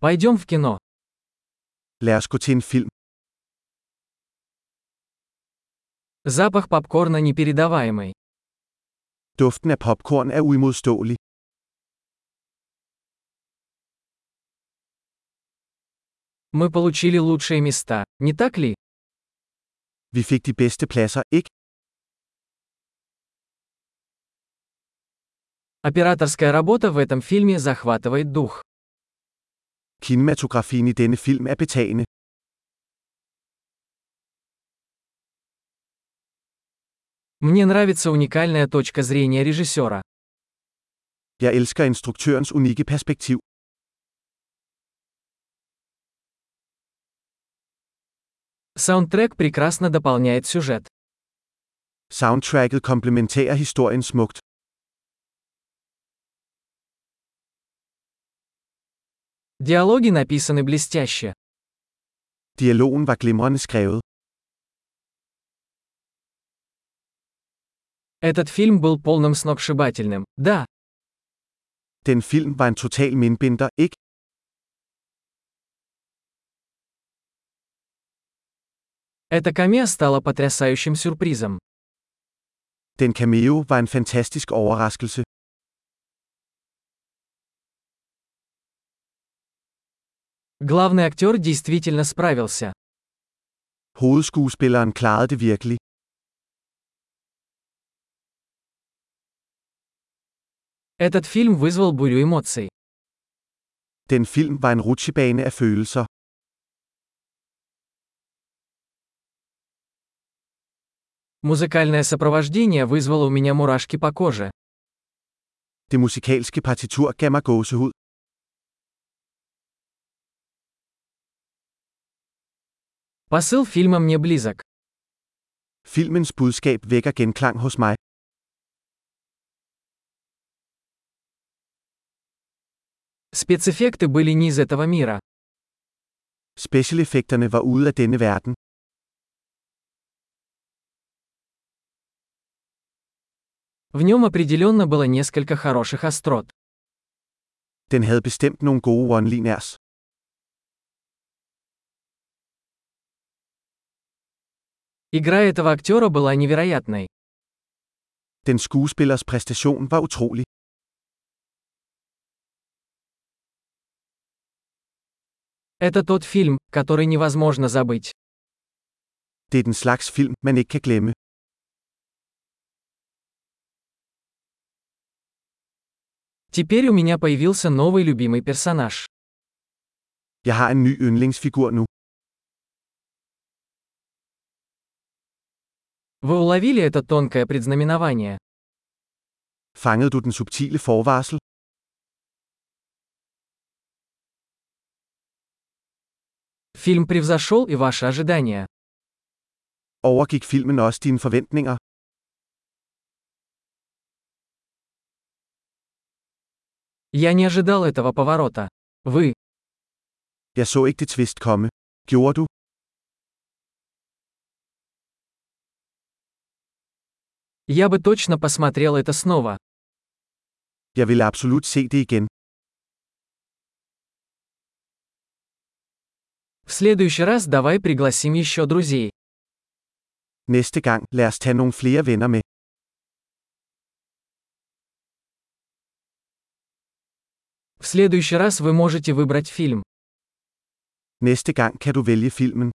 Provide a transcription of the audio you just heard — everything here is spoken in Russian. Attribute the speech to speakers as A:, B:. A: Пойдем в кино.
B: Lad os gå til en film.
A: Запах попкорна непередаваемый.
B: Duften af popcorn er uimodståelig.
A: Мы получили лучшие места, не так ли?
B: Vi fik de bedste pladser, ikke?
A: Операторская работа в этом фильме захватывает дух.
B: Kinematografien i denne film er betagende.
A: Мне нравится уникальная точка зрения режиссера.
B: Jeg elsker instruktørens unikke perspektiv.
A: Саундтрек прекрасно дополняет сюжет.
B: Soundtracket komplementerer historien smukt.
A: Диалоги написаны блестяще.
B: Dialogen var glimrende skrevet.
A: Этот фильм был полным сногсшибательным. Да,
B: Den film var en total mindbinder, ikke?
A: эта камея стала потрясающим сюрпризом.
B: Den cameo var en fantastisk overraskelse.
A: Главный актер действительно справился.
B: Hovedskuespilleren klarede det virkelig.
A: Этот фильм вызвал бурю эмоций.
B: Den film var en rutsjebane af følelser.
A: Музыкальное сопровождение вызвало у меня мурашки по коже.
B: Det musikalske partitur gav mig gåsehud.
A: Посыл фильма мне близок.
B: Filmens budskab vækker genklang hos mig.
A: Спецэффекты были не из этого мира.
B: Specialeffekterne var ude af denne verden.
A: В нем определенно было несколько хороших острот.
B: Den havde bestemt nogle gode one-liners.
A: Игра этого актера была невероятной.
B: Den skuespillers præstation var utrolig.
A: Это тот фильм, который невозможно забыть.
B: Det er den slags film, man ikke kan glemme.
A: Теперь у меня появился новый любимый персонаж.
B: Jeg har en ny yndlingsfigur nu.
A: Вы уловили это тонкое предзнаменование?
B: Fangede du den subtile forvarsel?
A: Фильм превзошел и ваши ожидания.
B: Overgik filmen også dine forventninger?
A: Я не ожидал этого поворота. Вы.
B: Jeg så ikke det tvist komme. Gjorde du?
A: Я бы точно посмотрел это снова.
B: Jeg ville absolut se det igen.
A: В следующий раз давай пригласим еще друзей.
B: Næste gang, lad os tage nogle flere venner med.
A: В следующий раз вы можете выбрать фильм.
B: Næste gang kan du vælge filmen.